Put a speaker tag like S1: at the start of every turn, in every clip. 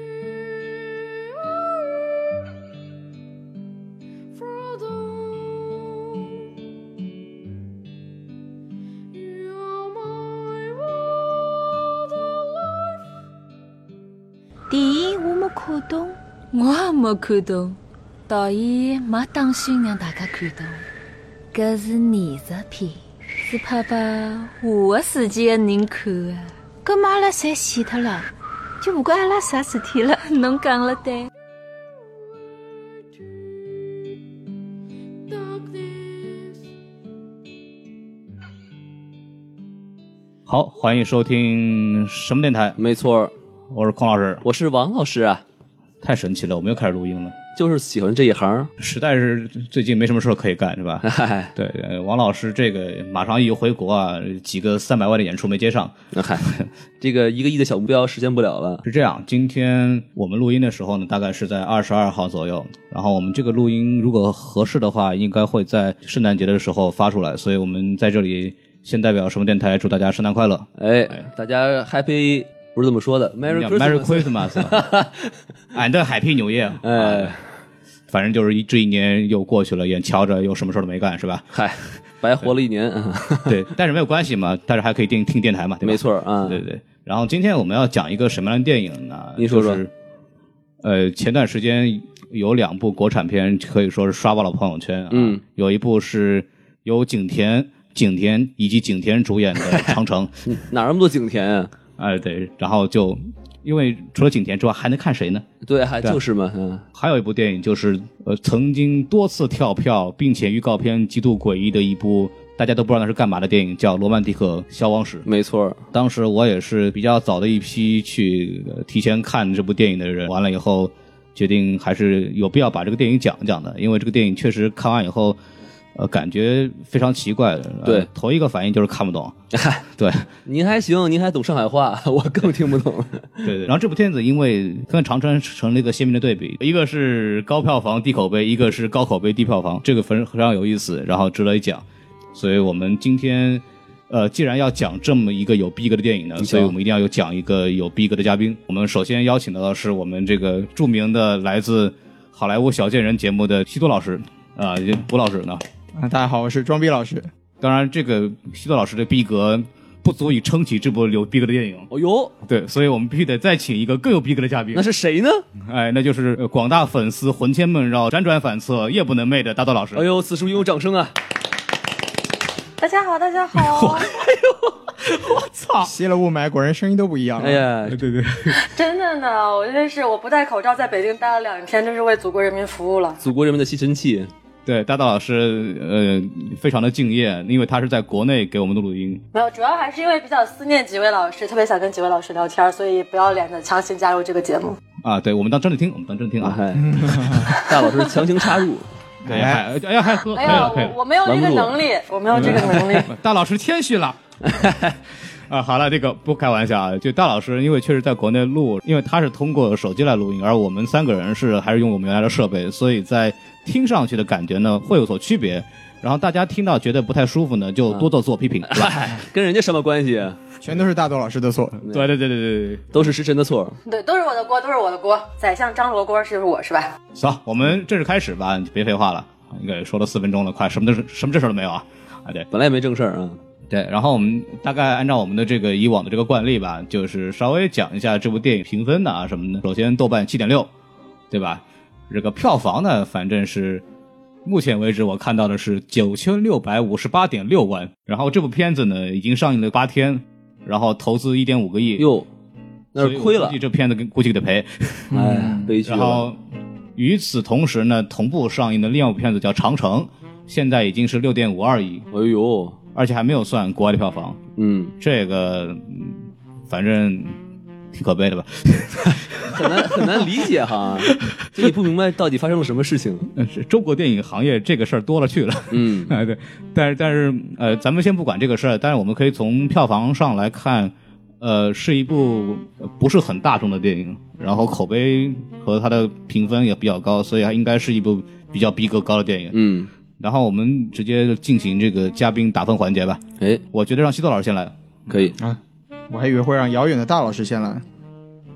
S1: We are Frodo. You are my water.
S2: 第一，我没看懂，
S3: 我也没看懂，导演没打算让大家看懂，
S2: 搿是艺术片，
S3: 是怕把我的世界的人看的。
S2: 搿么阿拉侪死脱了，就勿管阿拉啥事体了。
S3: 侬讲了对，
S1: Darkness.
S4: 好，欢迎收听什么电台？
S5: 没错儿，
S4: 我是孔老师，
S5: 我是王老师啊，
S4: 太神奇了，我们又开始录音了，
S5: 就是喜欢这一行。？
S4: 实在是最近没什么事儿可以干，是吧
S5: 嗨，
S4: 对，呃王老师这个马上一回国啊，几个三百万的演出没接上，
S5: 嗨，这个一个亿的小目标实现不了了。
S4: 是这样。今天我们录音的时候呢，大概是在二十二号左右，然后我们这个录音如果合适的话，应该会在圣诞节的时候发出来，所以我们在这里先代表什么电台祝大家圣诞快乐
S5: 哎，大家 happy 不是这么说的，Merry
S4: ，Merry
S5: Christmas。
S4: Christmas，俺的 Happy New Year，
S5: 哎，？
S4: 反正就是一这一年又过去了，眼瞧着又什么事儿都没干，是吧
S5: 嗨，白活了一年 啊，
S4: 对，但是没有关系嘛，但是还可以听听电台嘛，对吧？
S5: 没，错儿啊。
S4: 对对。然后今天我们要讲一个什么样的电影呢？
S5: 你说说
S4: 就是呃，前段时间有两部国产片可以说是刷爆了朋友圈、啊，
S5: 嗯，
S4: 有一部是由景甜、景甜以及景甜主演的 《长城》，
S5: 哪儿那么多景甜啊？
S4: 哎、对，然后就因为除了景甜之外还能看谁呢？
S5: 对，还
S4: 对
S5: 就是嘛，嗯，
S4: 还有一部电影，就是呃曾经多次跳票，并且预告片极度诡异的一部，大家都不知道那是干嘛的电影，叫《罗曼蒂克消亡史》。
S5: 没错儿。
S4: 当时我也是比较早的一批去、呃提前看这部电影的人，完了以后决定还是有必要把这个电影讲一讲的，因为这个电影确实看完以后，呃，感觉非常奇怪。呃
S5: 对
S4: 头一个反应就是看不懂。
S5: 嗨，
S4: 对，
S5: 您还行，您还懂上海话， 我更听不懂。
S4: 对对，然后这部片子因为跟《长城》成了一个鲜明的对比，一个是高票房低口碑，一个是高口碑低票房，这个非常非常有意思，然后值得一讲。所以我们今天，呃，既然要讲这么一个有逼格的电影呢，
S5: 你瞧
S4: 所以我们一定要有讲一个有逼格的嘉宾。我们首先邀请到的是我们这个著名的来自好莱坞小贱人节目的西多老师，啊、也吴老师呢？
S6: 啊，大家好，我是装逼老师。
S4: 当然，这个西多老师的逼格不足以撑起这部有逼格的 电影。
S5: 哦呦，
S4: 对，所以我们必须得再请一个更有逼格的嘉宾
S5: 那。是谁呢？
S4: 哎，那就是呃广大粉丝魂牵梦绕、辗转反侧、夜不能寐的大豆老师。
S5: 哎呦，此处应有掌声啊！
S2: 大家好，大家 好，
S6: 吸了雾霾，果然声音都不一样了。
S5: 哎，呀，
S4: 对对，
S7: 真的呢，我真是我不戴口罩，在北京待了两天，真是为祖国人民服务了。
S5: 祖国人民的吸尘器，
S4: 对，大豆老师呃非常的敬业，因为他是在国内给我们录录音。
S7: 没有，主要还是因为比较思念几位老师，特别想跟几位老师聊天，所以不要脸的强行加入这个节目。
S4: 啊，对，我们当真的听，我们当真的听啊。
S5: 嗨，大老师强行插入，
S4: 对，哎哎呀，还喝，可
S7: 没
S4: 以
S7: 有，
S4: 了，可以了
S7: 我。我没有这个能力，我没有这
S4: 嗯
S7: 个能 力。
S4: 大老师谦虚了。啊，好了，这个不开玩笑啊，就大老师，因为确实在国内录，因为他是通过手机来录音，而我们三个人是还是用我们原来的设备，所以在听上去的感觉呢会有所区别。然后大家听到觉得不太舒服呢，就多做自我批评，是吧？
S5: 跟人家什么关系？啊
S6: 全都是大豆老师的错。
S4: 对对对对对对。
S5: 都是时辰的错。
S7: 对，都是我的锅，都是我的锅。宰相张罗锅是不是我是吧？
S4: 行，我们正式开始吧，你别废话了，应该说了四分钟了，快什么都是什么正事儿都没有啊。啊，对
S5: 本来也没正事儿啊。
S4: 对，然后我们大概按照我们的这个以往的这个惯例吧，就是稍微讲一下这部电影评分的啊什么的。首先，豆瓣七点六，对吧？这个票房呢，反正是目前为止我看到的是九千六百五十八点六万。然后这部片子呢，已经上映了八天，然后投资一点五个亿，
S5: 哟，那是亏
S4: 所
S5: 了
S4: 以我估计。这片子跟估计得赔。
S5: 哎，悲剧
S4: 然
S5: 了。
S4: 后与此同时呢，同步上映的另外一部片子叫《长城》，现在已经是六点五二亿，
S5: 哎呦，
S4: 而且还没有算国外的票房。
S5: 嗯，
S4: 这个嗯反正挺可悲的吧？
S5: 很难很难理解哈， 就你不明白到底发生了什么事情。
S4: 嗯是中国电影行业这个事儿多了去了。
S5: 嗯
S4: 哎，对，但是但是呃，咱们先不管这个事儿，但是我们可以从票房上来看，呃，是一部呃不是很大众的电影，然后口碑和它的评分也比较高，所以它应该是一部比较逼格高的电影。
S5: 嗯，
S4: 然后我们直接进行这个嘉宾打分环节吧，
S5: 哎，
S4: 我觉得让西多老师先来，
S5: 可以。
S6: 我还以为会让遥远的大老师先来，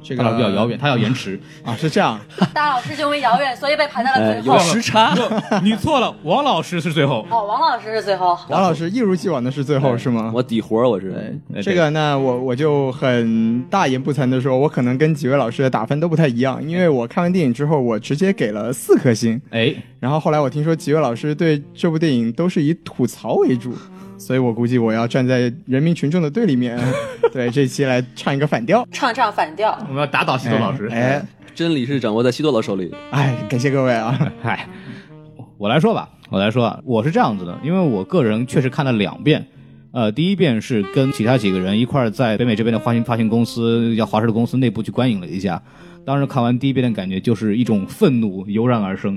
S6: 这
S4: 大
S6: 个
S4: 老师比较遥远，他要延迟。
S6: 啊，是这样，
S7: 大老师就因为遥远，所以被排在了
S5: 哎，
S7: 最
S5: 有
S7: 后。
S5: 时差。
S4: 你错了，王老师是最后。
S7: 哦，王老师是最后。
S6: 王老师一如既往的是最后是吗？
S5: 我底活儿，我是。
S4: 对
S6: 这个呢，我我就很大言不惭的说，我可能跟几位老师的打分都不太一样，因为我看完电影之后，我直接给了四颗星。
S4: 哎，
S6: 然后后来我听说几位老师对这部电影都是以吐槽为主，所以我估计我要站在人民群众的对立面， 对这期来唱一个反调。
S7: 唱唱反调，
S4: 我们要打倒西多老师。
S6: 哎
S5: 真理是掌握在西多老手里。
S6: 哎，感谢各位啊！
S4: 嗨，哎我来说吧，我来说啊，我是这样子的，因为我个人确实看了两遍。呃，第一遍是跟其他几个人一块儿在北美这边的发行发行公司，叫华视的公司内部去观影了一下。当时看完第一遍的感觉就是一种愤怒油然而生。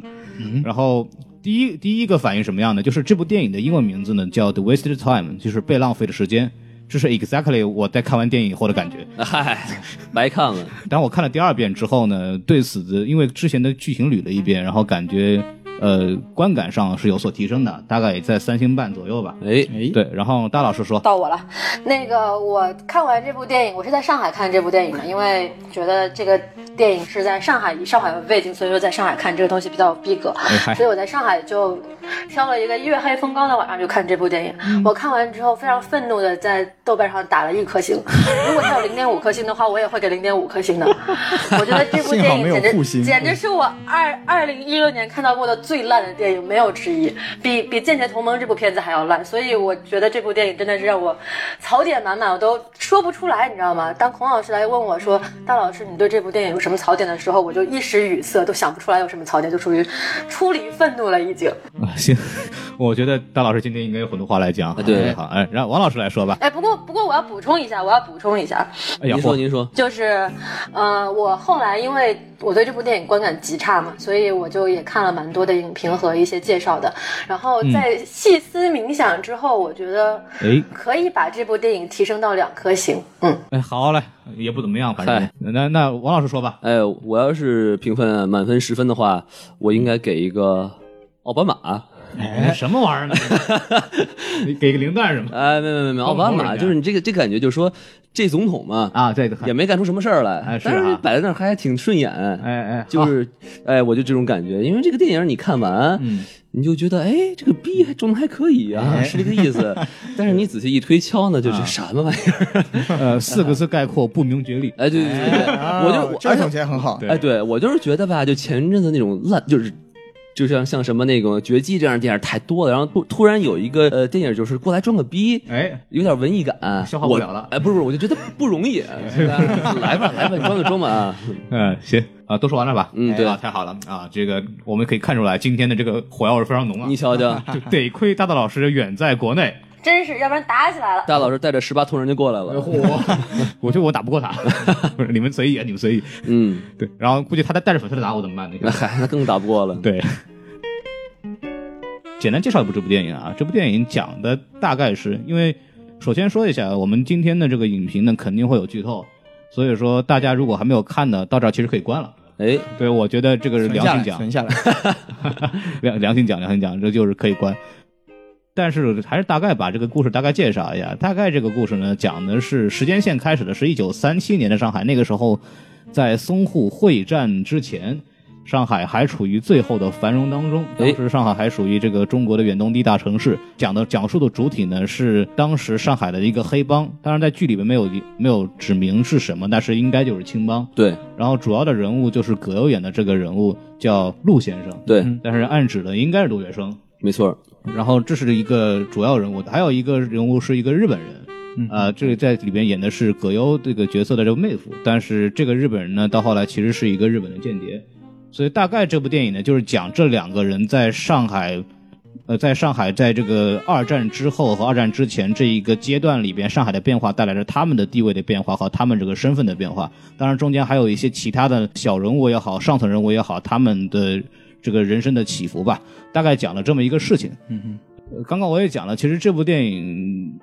S4: 然后第一第一个反应什么样呢？就是这部电影的英文名字呢叫《The Wasted Time》，就是被浪费的时间。这是 exactly 我在看完电影以后的感觉。
S5: 嗨，白看了。
S4: 当我看了第二遍之后呢，对此的因为之前的剧情捋了一
S5: 嗯
S4: 遍，然后感觉呃观感上是有所提升的，大概也在三星半左右吧。
S5: 哎，
S6: 哎，
S4: 对，然后大老师说，
S7: 到我了。那个，我看完这部电影，我是在上海看这部电影的，因为觉得这个电影是在上海以上海为背景，所以说在上海看这个东西比较有逼格。
S4: 哎嗨
S7: 所，以我在上海就挑了一个月黑风高的晚上就看这部电影。我看完之后非常愤怒的在豆瓣上打了一颗星。如果它有零点五颗星的话，我也会给零点五颗星的。我觉得这部电
S6: 幸好
S7: 影简
S6: 没有负嗯
S7: 直
S6: 星
S7: 简直是我二二零一六年看到过的最烂的电影，没有之一，比比《间谍同盟》这部片子还要烂。所以我觉得这部电影真的是让我槽点满满，我都说不出来，你知道吗？当孔老师来问我说：“大老师，你对这部电影有什么槽点？”的时候，我就一时语塞，都想不出来有什么槽点，就属于出离愤怒了已经。
S4: 啊 行，我觉得大老师今天应该有很多话来讲。
S5: 啊对
S4: 哎好，哎，然后王老师来说吧。
S7: 哎，不过不过我要补充一下，我要补充一下，
S4: 哎呀，
S5: 您说，
S4: 嚯
S5: 您说。
S7: 就是，呃，我后来因为我对这部电影观感极差嘛，所以我就也看了蛮多的影评和一些介绍的，然后在细思冥想之后，我觉得
S4: 哎
S7: 可以把这部电影提升到两颗星。嗯，
S4: 哎，好嘞，也不怎么样，反正
S5: 嗨
S4: 那那王老师说吧。
S5: 哎，我要是评分满分十分的话，我应该给一个奥巴马。
S4: 哎，什么玩意儿呢？ 你给个零蛋是吗？
S5: 哎，没没没没，奥巴马就是你这个这感觉，就是说这总统嘛，
S4: 啊，这个
S5: 也没干出什么事儿来，
S4: 哎是啊
S5: 但是摆在那儿还挺顺眼。
S4: 哎哎，
S5: 就
S4: 好
S5: 是，哎，我就这种感觉，因为这个电影你看完，
S4: 嗯哎
S5: 你就觉得，哎，这个逼还装的还可以啊，是这个 意思。但是你仔细一推敲呢，
S4: 啊
S5: 就是什么玩意儿？
S4: 呃四个字概括不明觉厉。
S5: 哎，对对对对，我就
S4: 啊
S5: 我
S6: 啊这总结很好。
S4: 对
S5: 哎，对我就是觉得吧，就前阵子那种烂，就是就像像什么那种《绝技》这样的电影太多了，然后突突然有一个呃电影就是过来装个逼。
S4: 哎，
S5: 有点文艺感，
S4: 消化不
S5: 我
S4: 了了
S5: 哎，不是不是，我就觉得不容 易。来吧来吧，你装就装吧啊。
S4: 嗯，行啊，都说完了吧？
S5: 嗯对
S4: 啊，太好了啊！这个我们可以看出来，今天的这个火药味非常浓啊
S5: 你。瞧瞧，
S4: 就得亏大大老师远在国 内，
S7: 真是，要不然打起来了。
S5: 大老师带着十八铜人就过
S4: 哎
S5: 来了。
S4: 我我觉得我打不过他，不是你们随意啊，你们随意。
S5: 嗯，
S4: 对，然后估计他带带着粉丝来打我怎么办呢？
S5: 那嗨，那更打不过了。
S4: 对。简单介绍一部这部电影啊，这部电影讲的大概是因为，首先说一下，我们今天的这个影评呢肯定会有剧透，所以说大家如果还没有看呢，到这儿其实可以关了。
S5: 哎，
S4: 对，我觉得这个是
S6: 存
S4: 良
S6: 下
S4: 心
S6: 来，
S4: 讲，
S6: 存下来。
S4: 良良心讲，良心讲，这就是可以关。但是还是大概把这个故事大概介绍一下。大概这个故事呢，讲的是时间线开始的是一九三七年的上海，那个时候在淞沪会战之前，上海还处于最后的繁荣当中。
S5: 哎
S4: 当时上海还属于这个中国的远东第一大城市。讲的讲述的主体呢是当时上海的一个黑帮，当然在剧里面没有没有指明是什么，但是应该就是青帮。
S5: 对
S4: 然后主要的人物就是葛优演的这个人物叫陆先生，
S5: 对，
S6: 嗯
S4: 但是暗指的应该是杜月笙。
S5: 没错。
S4: 然后这是一个主要人物，还有一个人物是一个日本人，
S6: 嗯
S4: 呃，这个在里边演的是葛优这个角色的这个妹夫，但是这个日本人呢，到后来其实是一个日本的间谍，所以大概这部电影呢，就是讲这两个人在上海，呃，在上海在这个二战之后和二战之前这一个阶段里边，上海的变化带来了他们的地位的变化和他们这个身份的变化，当然中间还有一些其他的小人物也好，上层人物也好，他们的这个人生的起伏吧，大概讲了这么一个事情。
S6: 嗯哼
S4: 呃刚刚我也讲了，其实这部电影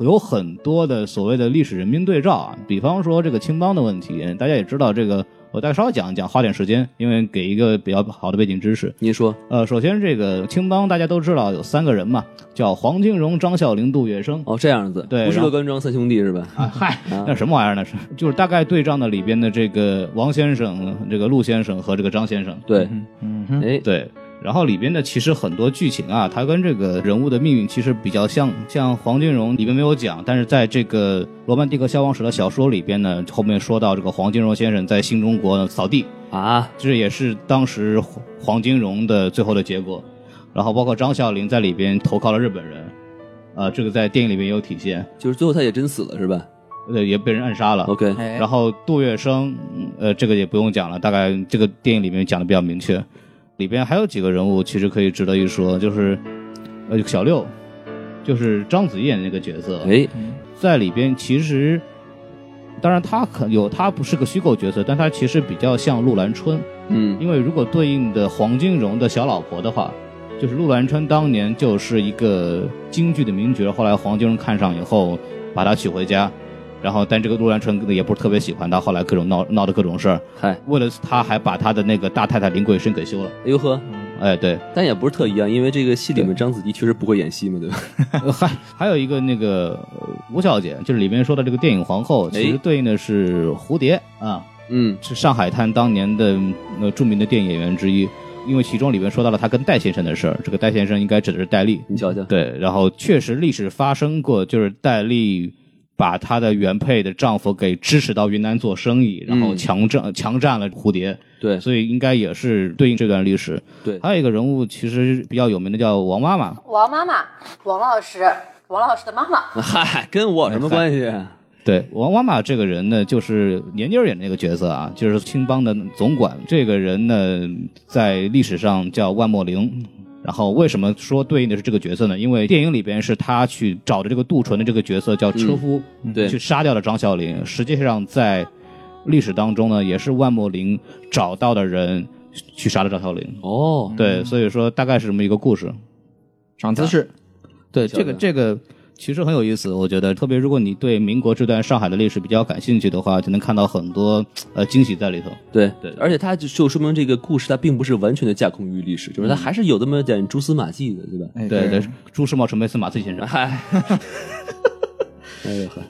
S4: 有很多的所谓的历史人民对照啊，比方说这个青帮的问题，嗯大家也知道这个，我大概稍微讲一讲，花点时间，因为给一个比较好的背景知识。
S5: 您说
S4: 呃，首先这个青帮大家都知道有三个人嘛，叫黄金荣、张啸林、杜月笙。
S5: 哦，这样子，
S4: 对
S5: 不是
S4: 然后
S5: 乐观庄三兄弟是吧？
S4: 啊，嗨，那什么玩意儿那是？就是大概对仗的里边的这个王先生、这个陆先生和这个张先生。
S5: 对，
S6: 嗯哼，
S5: 哎，
S4: 对，然后里边的其实很多剧情啊，它跟这个人物的命运其实比较像。像黄金荣里边没有讲，但是在这个《罗曼蒂克消亡史》的小说里边呢，后面说到这个黄金荣先生在新中国扫地，
S5: 啊，
S4: 这也是当时黄黄金荣的最后的结果。然后包括张啸林在里边投靠了日本人，啊、这个在电影里边也有体现，
S5: 就是最后他也真死了是吧
S4: 呃，也被人暗杀了。
S5: ？OK，
S6: 哎
S4: 然后杜月笙，嗯呃，这个也不用讲了，大概这个电影里面讲的比较明确。里边还有几个人物其实可以值得一说，就是呃小六，就是章子怡演的那个角色，
S5: 哎，
S4: 在里边其实，当然他可有他不是个虚构角色，但他其实比较像陆兰春，
S5: 嗯，
S4: 因为如果对应的黄金荣的小老婆的话，就是陆兰春当年就是一个京剧的名角，后来黄金荣看上以后把她娶回家，然后但这个陆兰春也不是特别喜欢她，后来各种闹 闹的各种事儿，
S5: 嗨，哎
S4: 为了她还把她的那个大太太林桂生给休了。
S5: 呦呵，
S4: 哎，对，
S5: 但也不是特一样，因为这个戏里面章子怡确实不会演戏嘛，对吧？
S4: 呃还还有一个那个呃吴小姐，就是里面说的这个电影皇后，其实
S5: 哎
S4: 对应的是蝴蝶啊，
S5: 嗯，
S4: 是上海滩当年的呃著名的电影演员之一。因为其中里面说到了她跟戴先生的事儿，这个戴先生应该指的是戴笠，
S5: 你瞧瞧，
S4: 对，然后确实历史发生过，就是戴笠把她的原配的丈夫给支持到云南做生意，然后
S5: 嗯
S4: 强占、强占了蝴蝶，
S5: 对
S4: 所以应该也是对应这段历史。
S5: 对，
S4: 还有一个人物其实比较有名的叫王妈妈，
S7: 王妈妈，王老师，王老师的妈妈，
S5: 嗨，跟我有什么关系？
S6: 啊
S4: 对，王妈妈这个人呢，就是闫妮儿演的那个角色啊，就是青帮的总管。这个人呢，在历史上叫万莫玲。然后为什么说对应的是这个角色呢？因为电影里边是他去找的这个杜淳的这个角色叫车夫，嗯
S5: 对
S4: 去杀掉了张啸林。实际上在历史当中呢，也是万莫玲找到的人去杀了张啸林。
S6: 嗯
S5: 哦，
S4: 对，所以说大概是这么一个故事。
S6: 长姿势，
S4: 对，
S5: 晓
S4: 这个
S5: 得
S4: 这个其实很有意思，我觉得，特别如果你对民国这段上海的历史比较感兴趣的话，就能看到很多呃惊喜在里头。
S5: 对
S4: 对
S5: 而且它就就说明这个故事它并不是完全的架空于历史，就是它还是有那么点蛛丝马迹的，对吧？
S6: 嗯哎
S4: 对对，朱时茂成为司马懿先生。
S5: 嗨， 哎呦呵，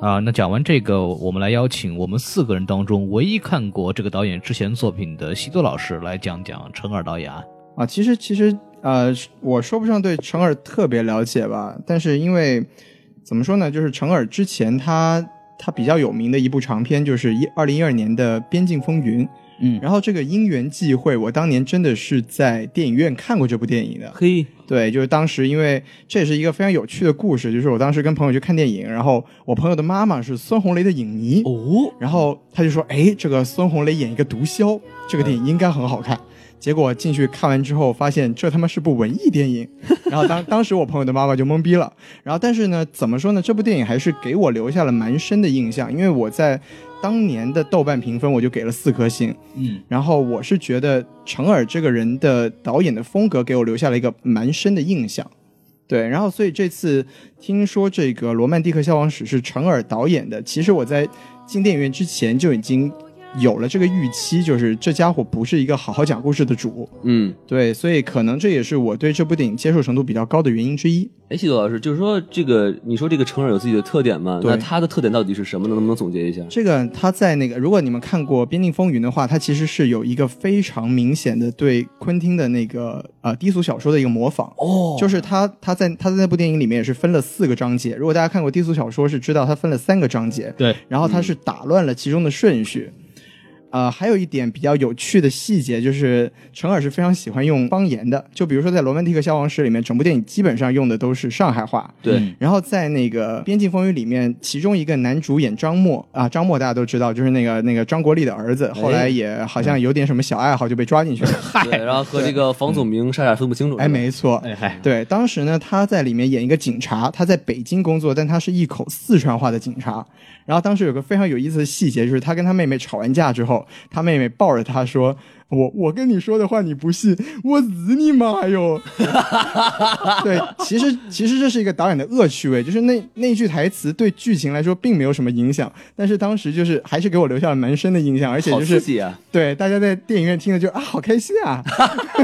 S4: 啊，那讲完这个，我们来邀请我们四个人当中唯一看过这个导演之前作品的西多老师来讲讲陈耳导演啊。
S6: 啊，其实其实呃，我说不上对成尔特别了解吧，但是因为怎么说呢，就是成尔之前他他比较有名的一部长片就是一二零一二年的《边境风云》，
S4: 嗯
S6: 然后这个因缘际会，我当年真的是在电影院看过这部电影的，
S5: 嘿，
S6: 对，就是当时因为这也是一个非常有趣的故事，就是我当时跟朋友去看电影，然后我朋友的妈妈是孙红雷的影迷，
S5: 哦，
S6: 然后他就说：“哎，这个孙红雷演一个毒枭，这个电影应该很好看。”结果进去看完之后，发现这他妈是部文艺电影。 然后当当时我朋友的妈妈就懵逼了。然后但是呢，怎么说呢？这部电影还是给我留下了蛮深的印象，因为我在当年的豆瓣评分我就给了四颗星。
S4: 嗯，
S6: 然后我是觉得程耳这个人的导演的风格给我留下了一个蛮深的印象。对，然后所以这次听说这个《罗曼蒂克消亡史》是程耳导演的，其实我在进电影院之前就已经有了这个预期，就是这家伙不是一个好好讲故事的主。
S5: 嗯，
S6: 对，所以可能这也是我对这部电影接受程度比较高的原因之一。
S5: 哎，西多老师，就是说这个，你说这个成人有自己的特点嘛？
S6: 对
S5: 那
S6: 嗯
S5: 他的特点到底是什么呢？能不能总结一下？
S6: 这个他在那个，如果你们看过《边境风云》的话，它其实是有一个非常明显的对昆汀的那个呃低俗小说的一个模仿。
S5: 哦
S6: 就是他他在他在那部电影里面也是分了四个章节。如果大家看过低俗小说，是知道他分了三个章节，
S4: 对，
S6: 然后他是打乱了其中的顺序。呃，还有一点比较有趣的细节就是，陈耳是非常喜欢用方言的，就比如说在《罗曼蒂克消亡史》里面，整部电影基本上用的都是上海话。
S5: 对
S4: 嗯
S6: 然后在那个《边境风云》里面，其中一个男主演张默啊，张默大家都知道，就是那个那个张国立的儿子，后来也好像有点什么小爱好就被抓进去了。
S5: 对，然后和这个房祖名差点分不清楚。
S6: 哎，没错，
S4: 哎嗨，
S6: 对，当时呢，他在里面演一个警察，他在北京工作，但他是一口四川话的警察。然后当时有个非常有意思的细节，就是他跟他妹妹吵完架之后，他妹妹抱着他说：“我我跟你说的话你不信，我日你妈哟！” 对，其实其实这是一个导演的恶趣味，就是那那句台词对剧情来说并没有什么影响，但是当时就是还是给我留下了蛮深的印象，而且
S5: 好
S6: 就是
S5: 刺激啊！
S6: 对大家在电影院听的就啊好开心啊，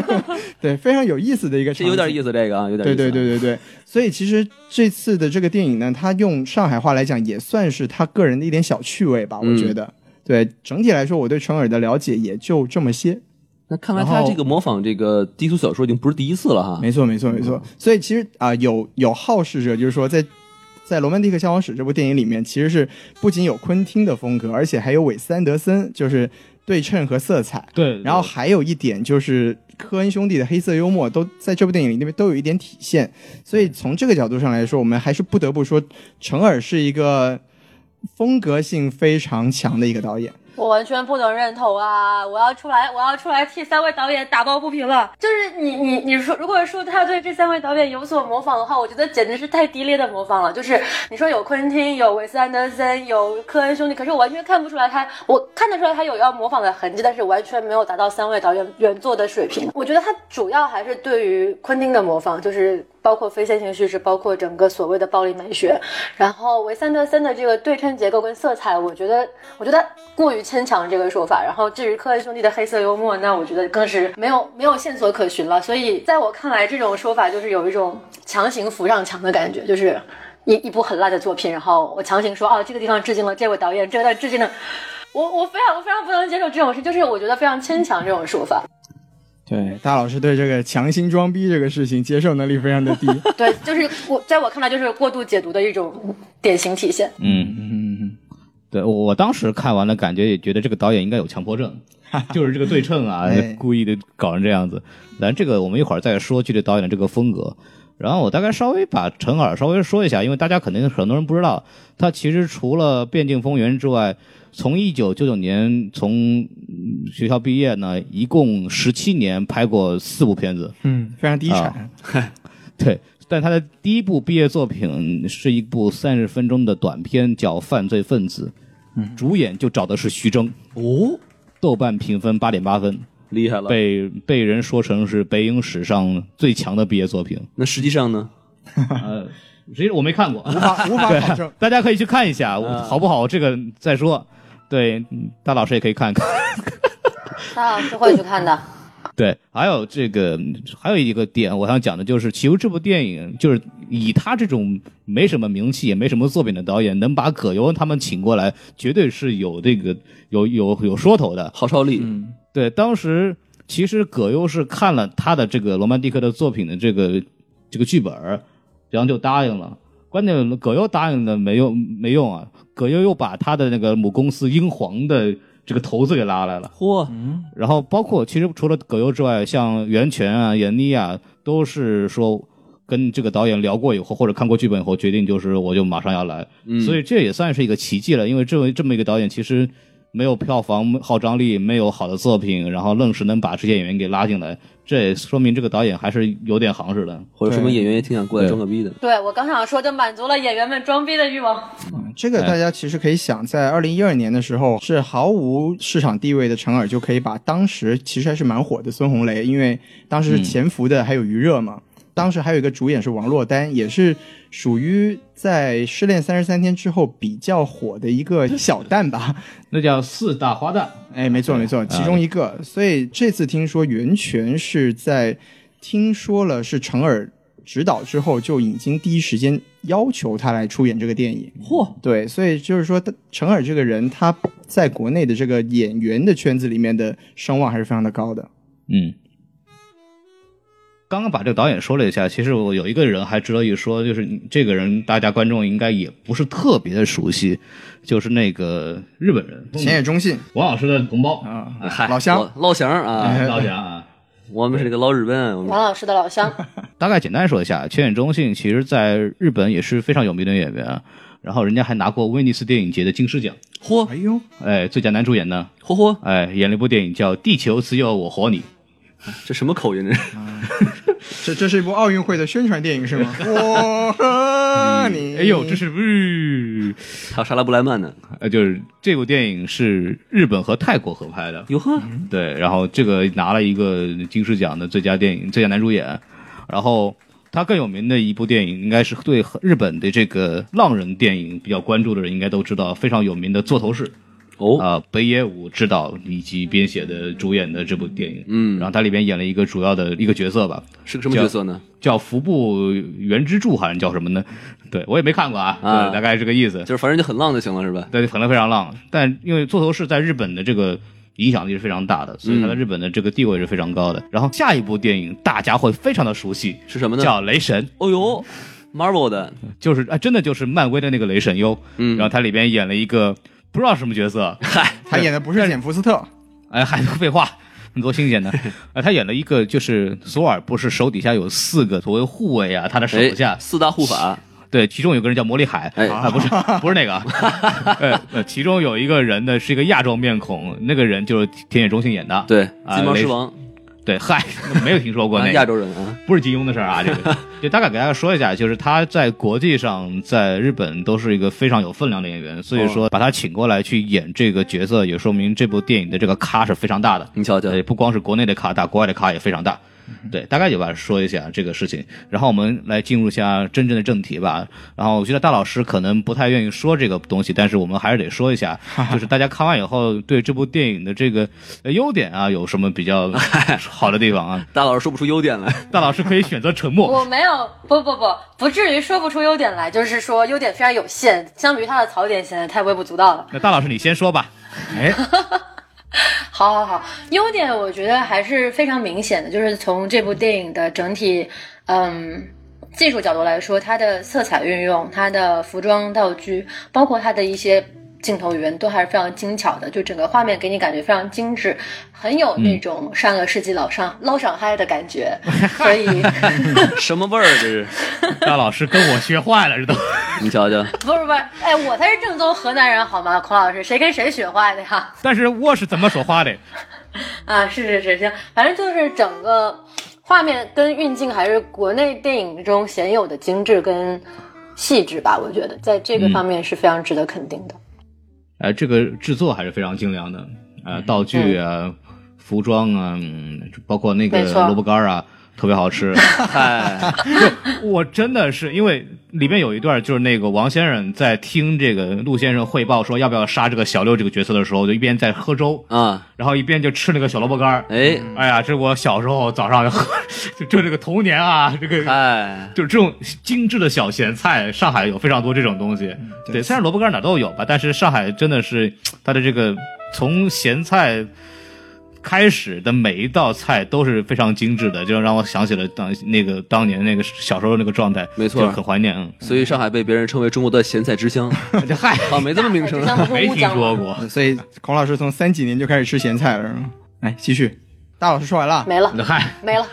S6: 对，非常有意思的一个
S5: 这
S6: 场景，
S5: 有点意思，这个啊，有点意
S6: 对
S5: 思
S6: 对对对对，所以其实这次的这个电影呢，他用上海话来讲，也算是他个人的一点小趣味吧，
S5: 嗯
S6: 我觉得。对，整体来说，我对陈耳的了解也就这么些。
S5: 那看来
S6: 然
S5: 他
S6: 后
S5: 这个模仿这个低俗小说已经不是第一次了
S4: 啊
S5: 哈。
S6: 没错，没错，没
S4: 嗯
S6: 错。所以其实啊、有有好事者就是说在，在《罗曼蒂克消亡史》这部电影里面，其实是不仅有昆汀的风格，而且还有韦斯安德森，就是对称和色彩。
S4: 对，
S6: 然后还有一点就是科恩兄弟的黑色幽默都在这部电影里面都有一点体现，所以从这个角度上来说，我们还是不得不说，陈耳是一个风格性非常强的一个导演。
S7: 我完全不能认同啊！我要出来，我要出来替三位导演打抱不平了。就是你你你说，如果说他对这三位导演有所模仿的话，我觉得简直是太低劣的模仿了。就是你说有昆汀，有韦斯安德森，有科恩兄弟，可是我完全看不出来他，我看得出来他有要模仿的痕迹，但是完全没有达到三位导演原作的水平。我觉得他主要还是对于昆汀的模仿，就是包括非线性叙事，包括整个所谓的暴力美学，然后维斯安德森的这个对称结构跟色彩，我觉得我觉得过于牵强这个说法。然后至于科恩兄弟的黑色幽默，那我觉得更是没有没有线索可循了。所以在我看来，这种说法就是有一种强行扶上墙的感觉，就是一一部很烂的作品，然后我强行说啊这个地方致敬了这位导演，这个地方致敬了。我我非常我非常不能接受这种事，就是我觉得非常牵强这种说法。
S6: 对，大老师对这个强行装逼这个事情接受能力非常的低。
S7: 对，就是我在我看来就是过度解读的一种典型体现。
S4: 嗯嗯 嗯，对我我当时看完了，感觉也觉得这个导演应该有强迫症，就是这个对称啊
S6: 哎，
S4: 故意的搞成这样子。咱这个我们一会儿再说具体导演的这个风格。然后我大概稍微把陈耳稍微说一下，因为大家肯定很多人不知道，他其实除了《边境风云》之外，从一九九九年从嗯学校毕业呢，一共十七年拍过四部片子。
S6: 嗯，非常低产。
S4: 啊对，但他的第一部毕业作品是一部三十分钟的短片，叫《犯罪分子》，
S6: 嗯
S4: 主演就找的是徐峥，
S5: 哦，
S4: 豆瓣评分八点八分，
S5: 厉害了。
S4: 被被人说成是北影史上最强的毕业作品。
S5: 那实际上呢？
S4: 呃，其实我没看过，
S6: 无法嗯无法考证
S4: ，大家可以去看一下，好不好？这个再说。对，嗯大老师也可以看看。
S7: 那老师啊会去看的。
S4: 对，还有这个，还有一个点，我想讲的就是，其实这部电影就是以他这种没什么名气、也没什么作品的导演，能把葛优他们请过来，绝对是有这个有有有说头的。
S5: 号召力，
S6: 嗯
S4: 对，当时其实葛优是看了他的这个罗曼蒂克的作品的这个这个剧本儿，然后就答应了。关键葛优答应的没用没用啊，葛优又把他的那个母公司英皇的这个头子给拉来了。
S5: 嚯，
S6: 嗯
S4: 然后包括其实除了葛优之外，像袁泉啊、闫妮啊，都是说跟这个导演聊过以后，或者看过剧本以后，决定就是我就马上要来。
S5: 嗯
S4: 所以这也算是一个奇迹了，因为这么这么一个导演，其实没有票房号召力，没有好的作品，然后愣是能把这些演员给拉进来，这也说明这个导演还是有点行市的。
S5: 或者说明
S6: 对
S5: 演员也挺想过来装个逼的。
S7: 对我刚想说，就满足了演员们装逼的欲望。
S6: 这个大家其实可以想，在二零一二年的时候，是毫无市场地位的陈耳就可以把当时其实还是蛮火的孙红雷，因为当时是潜伏的，还有余热嘛。当时还有一个主演是王珞丹，也是属于在《失恋三十三天》之后比较火的一个小旦吧。
S4: 那叫四大花旦，
S6: 哎，没错没错，其中一个。所以这次听说袁泉是在听说了是陈耳指导之后，就已经第一时间要求他来出演这个电影。
S5: 嚯，
S6: 对，所以就是说，他陈耳这个人，他在国内的这个演员的圈子里面的声望还是非常的高的。
S4: 嗯。刚刚把这个导演说了一下，其实我有一个人还值得一说，就是这个人大家观众应该也不是特别的熟悉，就是那个日本人嗯
S6: 浅野忠信
S4: 王老师的同胞
S6: 啊，
S5: 嗨
S6: 老乡，
S5: 老老乡啊，
S6: 哎
S4: 老家啊。
S5: 我们是这个老日本，我们
S7: 王老师的老乡，
S4: 大概简单说一下，千野忠信其实在日本也是非常有名的演员，然后人家还拿过威尼斯电影节的金狮奖，
S5: 嚯
S6: 哎呦，
S4: 哎，最佳男主演呢，
S5: 嚯嚯，
S4: 哎，演了一部电影叫《地球只有我和你》，
S5: 这什么口音？这是
S6: 这这是一部奥运会的宣传电影是吗？我和你，
S4: 哎呦，这是，嗯
S5: 还有莎拉布莱曼呢？
S4: 呃，就是这部电影是日本和泰国合拍的，
S5: 哟呵，
S6: 嗯
S4: 对，然后这个拿了一个金狮奖的最佳电影、最佳男主演，然后他更有名的一部电影，应该是对日本的这个浪人电影比较关注的人应该都知道，非常有名的《座头市》
S5: 哦，
S4: 啊、北野武执导以及编写的、主演的这部电影，
S5: 嗯
S4: 然后他里边演了一个主要的一个角色吧，
S5: 是个什么角色呢？
S4: 叫服部原之助，好像叫什么呢？对我也没看过啊，
S5: 啊
S4: 对大概这个意思。
S5: 就是反正就很浪就行了，是吧？
S4: 对，可能非常浪，但因为座头市在日本的这个影响力是非常大的，所以它在
S5: 嗯
S4: 日本的这个地位是非常高的。然后下一部电影大家会非常的熟悉，
S5: 是什么呢？
S4: 叫《雷神》，
S5: 哦呦，Marvel 的，
S4: 就是啊、真的就是漫威的那个雷神哟。
S5: 嗯，
S4: 然后它里边演了一个不知道什么角色，
S6: 他演的不是简福斯特，
S4: 哎，还废话，很多新鲜的。 啊，他演了一个就是索尔不是手底下有四个所谓护卫啊，他的手
S5: 哎
S4: 下
S5: 四大护法，
S4: 对，其中有个人叫魔力海，
S5: 哎
S4: 啊， 不是不是那个啊，呃呃，其中有一个人呢是一个亚洲面孔，那个人就是田野忠信演的，
S5: 对，
S4: 啊
S5: 金毛
S4: 雷
S5: 狮王，
S4: 对，嗨，没有听说 过
S5: 啊
S4: 那
S5: 亚
S4: 个，
S5: 洲人啊，
S4: 不是金庸的事儿啊，这个就大概给大家说一下，就是他在国际上在日本都是一个非常有分量的演员，所以说把他请过来去演这个角色，也说明这部电影的这个咖是非常大的。
S5: 你瞧瞧，
S6: 哎
S4: 对，呃嗯不光是国内的卡大，国外的卡也非常大。对，大概就吧，说一下这个事情，然后我们来进入一下真正的正题吧。然后我觉得大老师可能不太愿意说这个东西，但是我们还是得说一下，就是大家看完以后对这部电影的这个呃优点啊，有什么比 较好的地方啊？
S5: 大老师说不出优点来，
S4: 大老师可以选择沉默。
S7: 我没有，不不不，不至于说不出优点来，就是说优点非常有限，相比于他的槽点显得太微不足道了。
S4: 那大老师你先说吧。哎，
S7: 好 好好，优点我觉得还是非常明显的，就是从这部电影的整体，嗯。技术角度来说，它的色彩运用、它的服装道具，包括它的一些镜头语言，都还是非常精巧的。就整个画面给你感觉非常精致，很有那种上个世纪老上捞上嗨的感觉。所以，
S5: 什么味儿这是？
S4: 大老师跟我学坏了，这 都。
S5: 你瞧瞧，
S7: 不是不是，哎，我才是正宗河南人好吗？孔老师，谁跟谁学坏的呀？
S4: 但是我是怎么说话的？
S7: 啊，是是是，行，反正就是整个画面跟运镜还是国内电影中鲜有的精致跟细致吧，我觉得在这个
S4: 嗯
S7: 方面是非常值得肯定的。
S4: 呃，这个制作还是非常精良的，呃，道
S7: 嗯
S4: 具啊、服装啊，嗯包括那个
S7: 没错
S4: 萝卜干儿啊，特别好吃。
S5: 嗨，
S4: 我真的是因为里面有一段就是那个王先生在听这个陆先生汇报说要不要杀这个小六这个角色的时候，就一边在喝粥，
S5: 啊，
S4: 然后一边就吃那个小萝卜干儿。
S5: 哎，
S4: 哎呀，这我小时候早上 喝，就就这个童年啊，这个
S5: 嗨，
S4: 就是这种精致的小咸菜，上海有非常多这种东
S6: 嗯
S4: 西。对，虽然萝卜干哪都有吧，但是上海真的是它的这个从咸菜开始的每一道菜都是非常精致的，就让我想起了当那个当年那个小时候那个状态，
S5: 没错
S4: 就很怀念。嗯
S5: 所以上海被别人称为中国的咸菜之乡，
S4: 这嗨，
S5: 啊，没这么名声
S7: 这。像不
S4: 没
S7: 是乌
S4: 听
S7: 江
S4: 说
S7: 吗？
S4: 过。
S6: 所以孔老师从三几年就开始吃咸菜了，是吗？哎，继续，大老师说完了，
S7: 没了，
S4: 那嗨，
S7: 没了，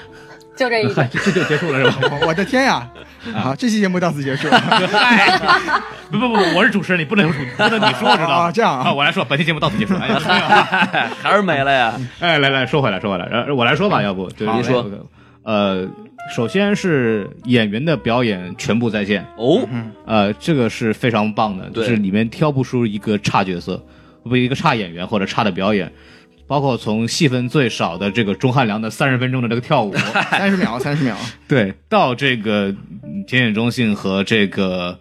S7: 就 这一
S4: 嗨，
S7: 点。
S4: 这这就结束了是吧？
S6: 我我的天呀！好，这期节目到此结束。了。
S4: 嗨， 不不不，我是主持人，你不能主不能你说知道吗
S6: 啊这样啊
S4: 啊，我来说，本期节目到此结束。哎 呀，没有啊
S5: 还是没了呀？
S4: 哎，来来，说回来，说回来，然后我来说吧，要不就
S5: 好您说。
S4: 呃，首先是演员的表演全部在线，
S5: 哦，
S4: 呃，这个是非常棒的，就
S5: 对
S4: 是里面挑不出一个差角色，不一个差演员或者差的表演，包括从戏份最少的这个钟汉良的三十分钟的这个跳舞，
S6: 三十秒，三十秒，
S4: 对，到这个嗯田野忠信和这个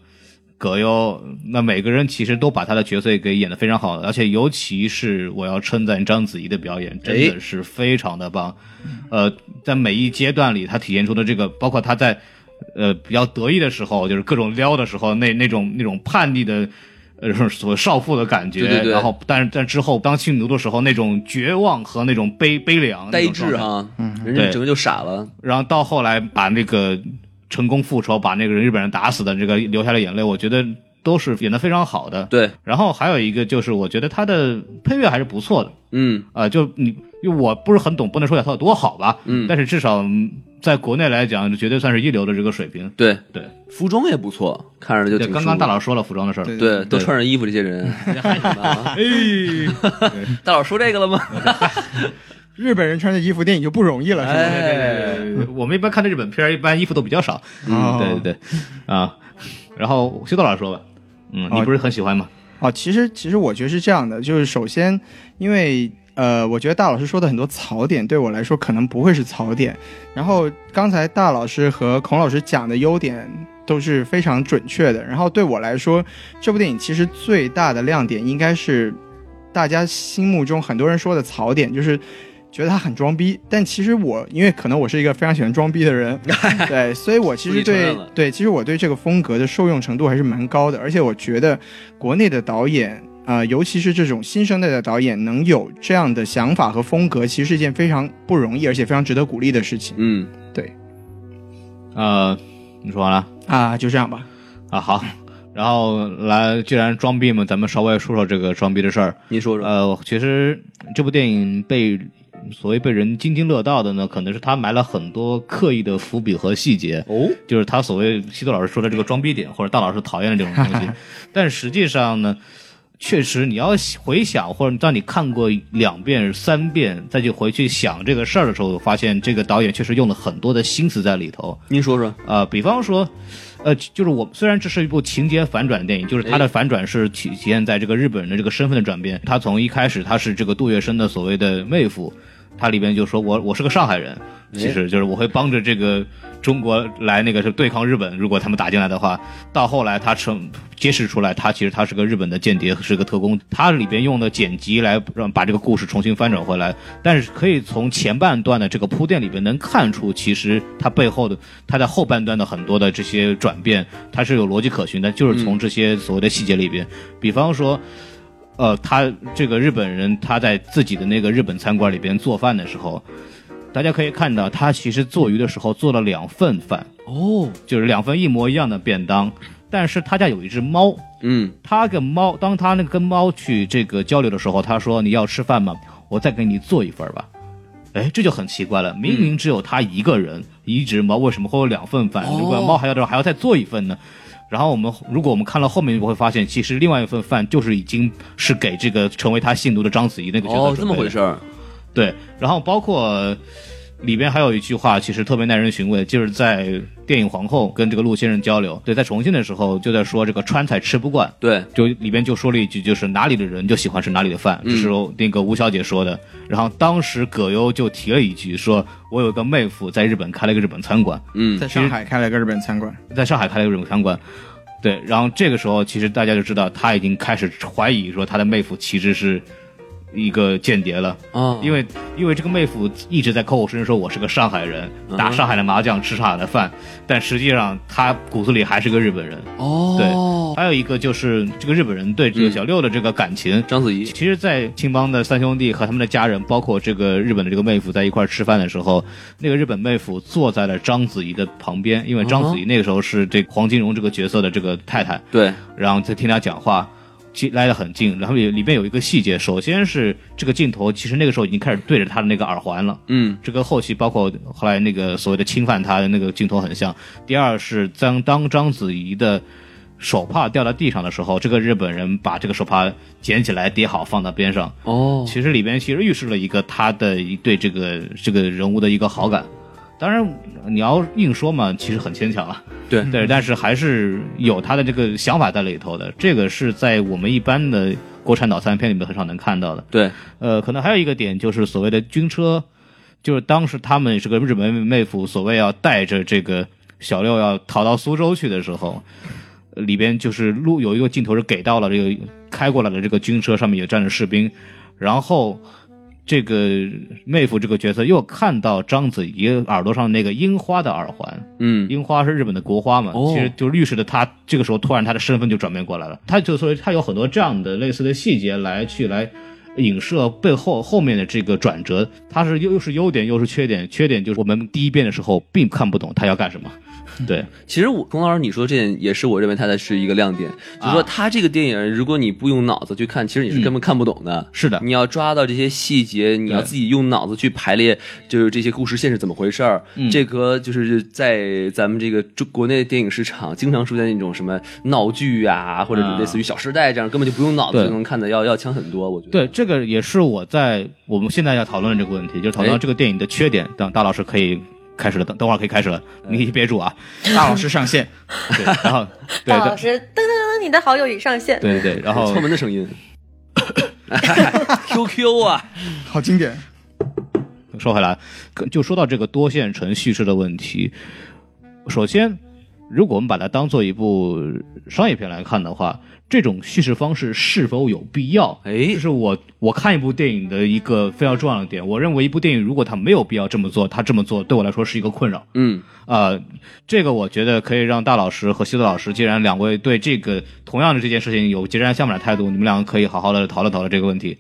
S4: 葛优，那每个人其实都把他的角色给演得非常好，而且尤其是我要称赞章子怡的表演，真的是非常的棒。呃，在每一阶段里，他体现出的这个，包括他在呃比较得意的时候，就是各种撩的时候，那那种那种叛逆的。呃所谓少妇的感觉，
S5: 对对对
S4: 然后但是但之后当匈奴的时候那种绝望和那种悲悲凉
S5: 呆滞
S4: 哈。
S5: 哈，人家
S4: 对
S5: 整个就傻了。
S4: 然后到后来把那个成功复仇，把那个人日本人打死的这个流下的眼泪，我觉得都是演的非常好的。
S5: 对，
S4: 然后还有一个就是，我觉得他的配乐还是不错的，
S5: 嗯，
S4: 啊、就你，因为我不是很懂，不能说它有多好吧，
S5: 嗯
S4: 但是至少嗯在国内来讲，绝对算是一流的这个水平。
S5: 对
S4: 对，
S5: 服装也不错，看着就
S4: 对，
S5: 挺
S4: 刚刚
S5: 舒服
S4: 大佬说了服装的事儿，
S6: 对
S5: 对都
S4: 对
S5: 穿着衣服这些 人，害你们啊！
S4: 哎，
S5: 大佬说这个了 吗？
S6: 日本人穿着衣服电影就不容易了，是吧？
S5: 哎，
S4: 我们一般看的日本片儿，一般衣服都比较少，
S6: 哦
S4: 嗯对对对，啊，然后修道老师说吧，嗯，
S6: 哦
S4: 你不是很喜欢吗？
S6: 啊，其实其实我觉得是这样的，就是首先，因为呃，我觉得大老师说的很多槽点对我来说可能不会是槽点，然后刚才大老师和孔老师讲的优点都是非常准确的，然后对我来说，这部电影其实最大的亮点应该是大家心目中很多人说的槽点，就是。觉得他很装逼，但其实我因为可能我是一个非常喜欢装逼的人，对，所以我其
S5: 自
S6: 实
S5: 己承认
S6: 对
S5: 了
S6: 对，其实我对这个风格的受用程度还是蛮高的，而且我觉得国内的导演，呃，尤其是这种新生代的导演，能有这样的想法和风格，其实是一件非常不容易，而且非常值得鼓励的事情
S5: 嗯，
S4: 呃，你说完了
S6: 啊。就这样吧，
S4: 啊，好，然后来，既然装逼嘛，咱们稍微说说这个装逼的事儿。
S5: 您说说，
S4: 呃，其实这部电影被所谓被人津津乐道的呢，可能是他埋了很多刻意的伏笔和细节。
S5: 哦，
S4: 就是他所谓西多老师说的这个装逼点，或者大老师讨厌的这种东西。但实际上呢，确实你要回想，或者当你看过两遍、三遍，再去回去想这个事儿的时候，发现这个导演确实用了很多的心思在里头。
S5: 您说说，
S4: 呃，比方说，呃，就是我虽然这是一部情节反转电影，就是它的反转是体体现在这个日本人的这个身份的转变。他从一开始他是这个杜月笙的所谓的妹夫，他里边就说我我是个上海人，其实就是我会帮着这个中国来那个是对抗日本，如果他们打进来的话。到后来他成揭示出来，他其实他是个日本的间谍，是个特工。他里边用的剪辑来让把这个故事重新翻转回来，但是可以从前半段的这个铺垫里边能看出，其实它背后的它在后半段的很多的这些转变，它是有逻辑可循的，就是从这些所谓的细节里边，比方说。呃，他这个日本人他在自己的那个日本餐馆里边做饭的时候，大家可以看到，他其实做鱼的时候做了两份饭，
S5: 哦，
S4: 就是两份一模一样的便当，但是他家有一只猫，
S5: 嗯，
S4: 他跟猫，当他那个跟猫去这个交流的时候，他说你要吃饭吗？我再给你做一份吧。哎，这就很奇怪了，明明只有他一个人，一只猫，为什么会有两份饭？
S5: 哦
S4: 如果猫还要还要再做一份呢？然后我们如果我们看到后面，我会发现其实另外一份饭就是已经是给这个成为他信徒的章子怡那个角色
S5: 哦，这
S4: 准备
S5: 么
S4: 的
S5: 回事儿，
S4: 对，然后包括呃里边还有一句话，其实特别耐人寻味，就是在电影皇后跟这个陆先生交流，对，在重庆的时候就在说这个川菜吃不惯，
S5: 对，
S4: 就里边就说了一句，就是哪里的人就喜欢吃哪里的饭，这
S5: 嗯
S4: 是那个吴小姐说的。然后当时葛优就提了一句，说我有个妹夫在日本开了一个日本餐馆，
S5: 嗯
S6: 在上海开了个日本餐馆，
S4: 在上海开了一个日本餐馆。对，然后这个时候其实大家就知道他已经开始怀疑说他的妹夫其实是一个间谍了。
S5: 啊，
S4: 因为因为这个妹夫一直在口口声声说我是个上海人，
S5: 嗯
S4: 打上海的麻将，吃上海的饭，但实际上他骨子里还是个日本人。
S5: 哦，嗯
S4: 还有一个就是这个日本人对这个小六的这个感情。
S5: 章子怡，
S4: 其实，在青帮的三兄弟和他们的家人，包括这个日本的这个妹夫，在一块儿吃饭的时候，那个日本妹夫坐在了章子怡的旁边，因为章子怡那个时候是这黄金荣这个角色的这个太太。
S5: 对，
S4: 然后再听他讲话，其实挨得很近。然后里里面有一个细节，首先是这个镜头，其实那个时候已经开始对着他的那个耳环了。
S5: 嗯，
S4: 这跟后期包括后来那个所谓的侵犯他的那个镜头很像。第二是当当章子怡的手帕掉到地上的时候，这个日本人把这个手帕捡起来叠好放到边上。
S5: 哦，
S4: 其实里边其实预示了一个他的一对这个这个人物的一个好感。当然，你要硬说嘛，其实很牵强了。
S5: 对
S4: 对，但是还是有他的这个想法在里头的。这个是在我们一般的国产脑残片里面很少能看到的。
S5: 对，
S4: 呃，可能还有一个点就是所谓的军车，就是当时他们这个日本妹夫所谓要带着这个小六要逃到苏州去的时候，呃里边就是路有一个镜头是给到了这个开过来的这个军车上面也站着士兵，然后。这个妹夫这个角色又看到章子怡耳朵上那个樱花的耳环，
S5: 嗯，
S4: 樱花是日本的国花嘛，
S5: 哦
S4: 其实就是预示着他这个时候突然他的身份就转变过来了。他就所以他有很多这样的类似的细节来去来影射背后后面的这个转折，他是又又是优点又是缺点，缺点就是我们第一遍的时候并看不懂他要干 什么，对，
S5: 其实我孔老师你说这点也是我认为它的是一个亮点，就是说
S4: 啊
S5: 他这个电影如果你不用脑子去看，其实你是根本看不懂的。
S4: 是的，
S5: 你要抓到这些细节，你要自己用脑子去排列，就是这些故事线是怎么回事儿。
S4: 嗯
S5: 这和就是在咱们这个中国内电影市场经常出现那种什么闹剧啊，或者
S4: 啊
S5: 类似于《小时代》这样，根本就不用脑子
S4: 对
S5: 就能看的，要要强很多。我觉得
S4: 对，这个也是我在我们现在要讨论的这个问题，就是讨论
S5: 哎
S4: 到这个电影的缺点。等大老师可以开始了，等等会儿可以开始了，你
S5: 哎
S4: 憋住啊！
S8: 大老师上线，
S4: 对，然 后对
S7: 大老师，噔噔噔，你的好友已上线。
S4: 对对对，然后
S5: 哎敲门 的声音 ，QQ 啊，
S6: 好经典。
S4: 说回来，可就说到这个多线程叙事的问题。首先，如果我们把它当做一部商业片来看的话，这种叙事方式是否有必要？
S5: 哎
S4: 这是我我看一部电影的一个非常重要的点。我认为一部电影如果它没有必要这么做，它这么做对我来说是一个困扰。
S5: 嗯，
S4: 呃，这个我觉得可以让大老师和西多老师，既然两位对这个同样的这件事情有截然相反的态度，你们两个可以好好的讨论讨论这个问题。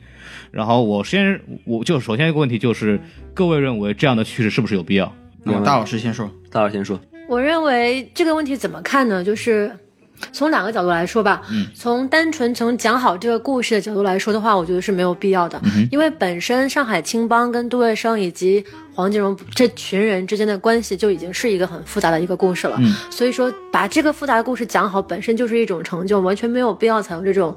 S4: 然后我先，我就首先一个问题就是，各位认为这样的叙事是不是有必要？
S8: 那么大老师先说，
S5: 大老师先说，
S7: 我认为这个问题怎么看呢？就是从两个角度来说吧。嗯，从单纯从讲好这个故事的角度来说的话，我觉得是没有必要的，因为本身上海青帮跟杜月笙以及黄金荣这群人之间的关系就已经是一个很复杂的一个故事了。
S4: 嗯，
S7: 所以说把这个复杂的故事讲好，本身就是一种成就，完全没有必要采用这种。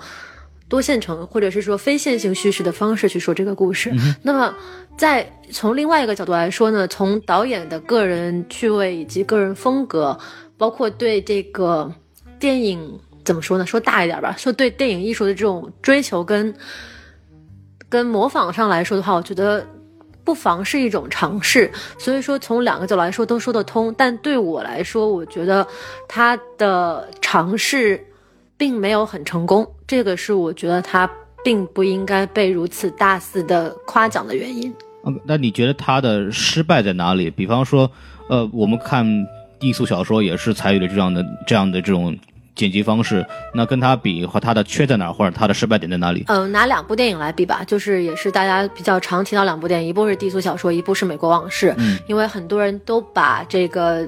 S7: 多线程或者是说非线性叙事的方式去说这个故事。那么，在从另外一个角度来说呢，从导演的个人趣味以及个人风格，包括对这个电影怎么说呢？说大一点吧，说对电影艺术的这种追求跟跟模仿上来说的话，我觉得。不妨是一种尝试，所以说从两个角度来说都说得通。但对我来说，我觉得他的尝试并没有很成功，这个是我觉得他并不应该被如此大肆的夸奖的原因。
S4: 嗯，那你觉得它的失败在哪里？比方说，呃，我们看低俗小说也是采取了这样的这样的这种剪辑方式，那跟它比的话，它的缺在哪儿，或者它的失败点在哪里？
S7: 嗯、拿两部电影来比吧，就是也是大家比较常提到两部电影，一部是低俗小说，一部是美国往事，
S4: 嗯
S7: 因为很多人都把这个。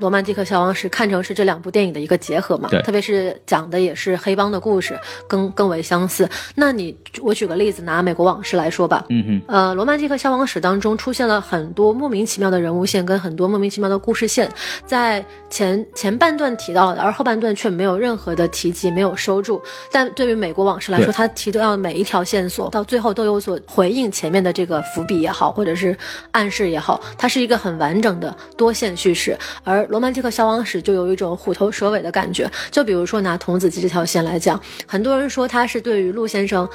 S7: 《罗曼蒂克消亡史》看成是这两部电影的一个结合嘛
S4: 对，
S7: 特别是讲的也是黑帮的故事，更更为相似。那你我举个例子，拿《美国往事》来说吧，
S4: 嗯哼，
S7: 呃，《罗曼蒂克消亡史》当中出现了很多莫名其妙的人物线跟很多莫名其妙的故事线，在前前半段提到了，而后半段却没有任何的提及，没有收住。但对于美国往事来说，
S4: 对
S7: 他提到的每一条线索到最后都有所回应前面的这个伏笔也好，或者是暗示也好，它是一个很完整的多线叙事。而《罗曼蒂克消亡史》就有一种虎头蛇尾的感觉。就比如说拿童子鸡这条线来讲，很多人说它是对于陆先生。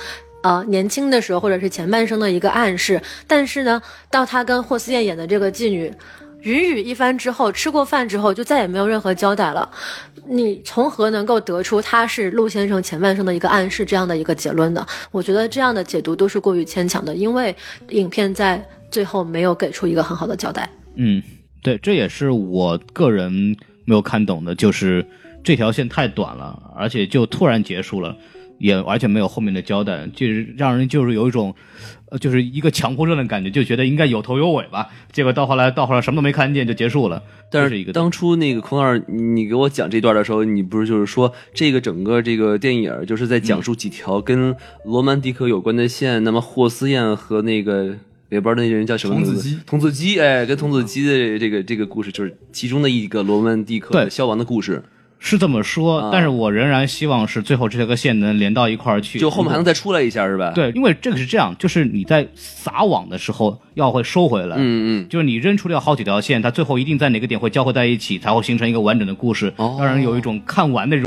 S7: 呃，年轻的时候或者是前半生的一个暗示，但是呢，到他跟霍思燕演的这个妓女云雨一番之后，吃过饭之后就再也没有任何交代了。你从何能够得出他是陆先生前半生的一个暗示这样的一个结论呢？我觉得这样的解读都是过于牵强的，因为影片在最后没有给出一个很好的交代。
S4: 嗯，对，这也是我个人没有看懂的，就是这条线太短了，而且就突然结束了，也而且没有后面的交代，就是让人就是有一种，呃，就是一个强迫症的感觉，就觉得应该有头有尾吧，结果到后来到后来什么都没看见就结束了，
S5: 但
S4: 这是一个
S5: 当初那个孔老师，你你给我讲这段的时候，你不是就是说这个整个这个电影儿就是在
S4: 嗯
S5: 讲述几条跟罗曼蒂克有关的线，那么霍思燕和那个。也不知道那人叫什么名字
S8: 童子鸡，
S5: 童子鸡，哎，跟童子鸡的这个这个故事，就是其中的一个罗曼蒂克
S4: 对
S5: 消亡的故事，
S4: 是这么说，
S5: 啊
S4: 但是我仍然希望是最后这条个线能连到一块儿去，
S5: 就后面还能再出来一下，是吧？，
S4: 对，因为这个是这样，就是你在撒网的时候要会收回来，
S5: 嗯嗯，
S4: 就是你扔出了好几条线，它最后一定在哪个点会交汇在一起，才会形成一个完整的故事，
S5: 哦
S4: 让人有一种看完的这种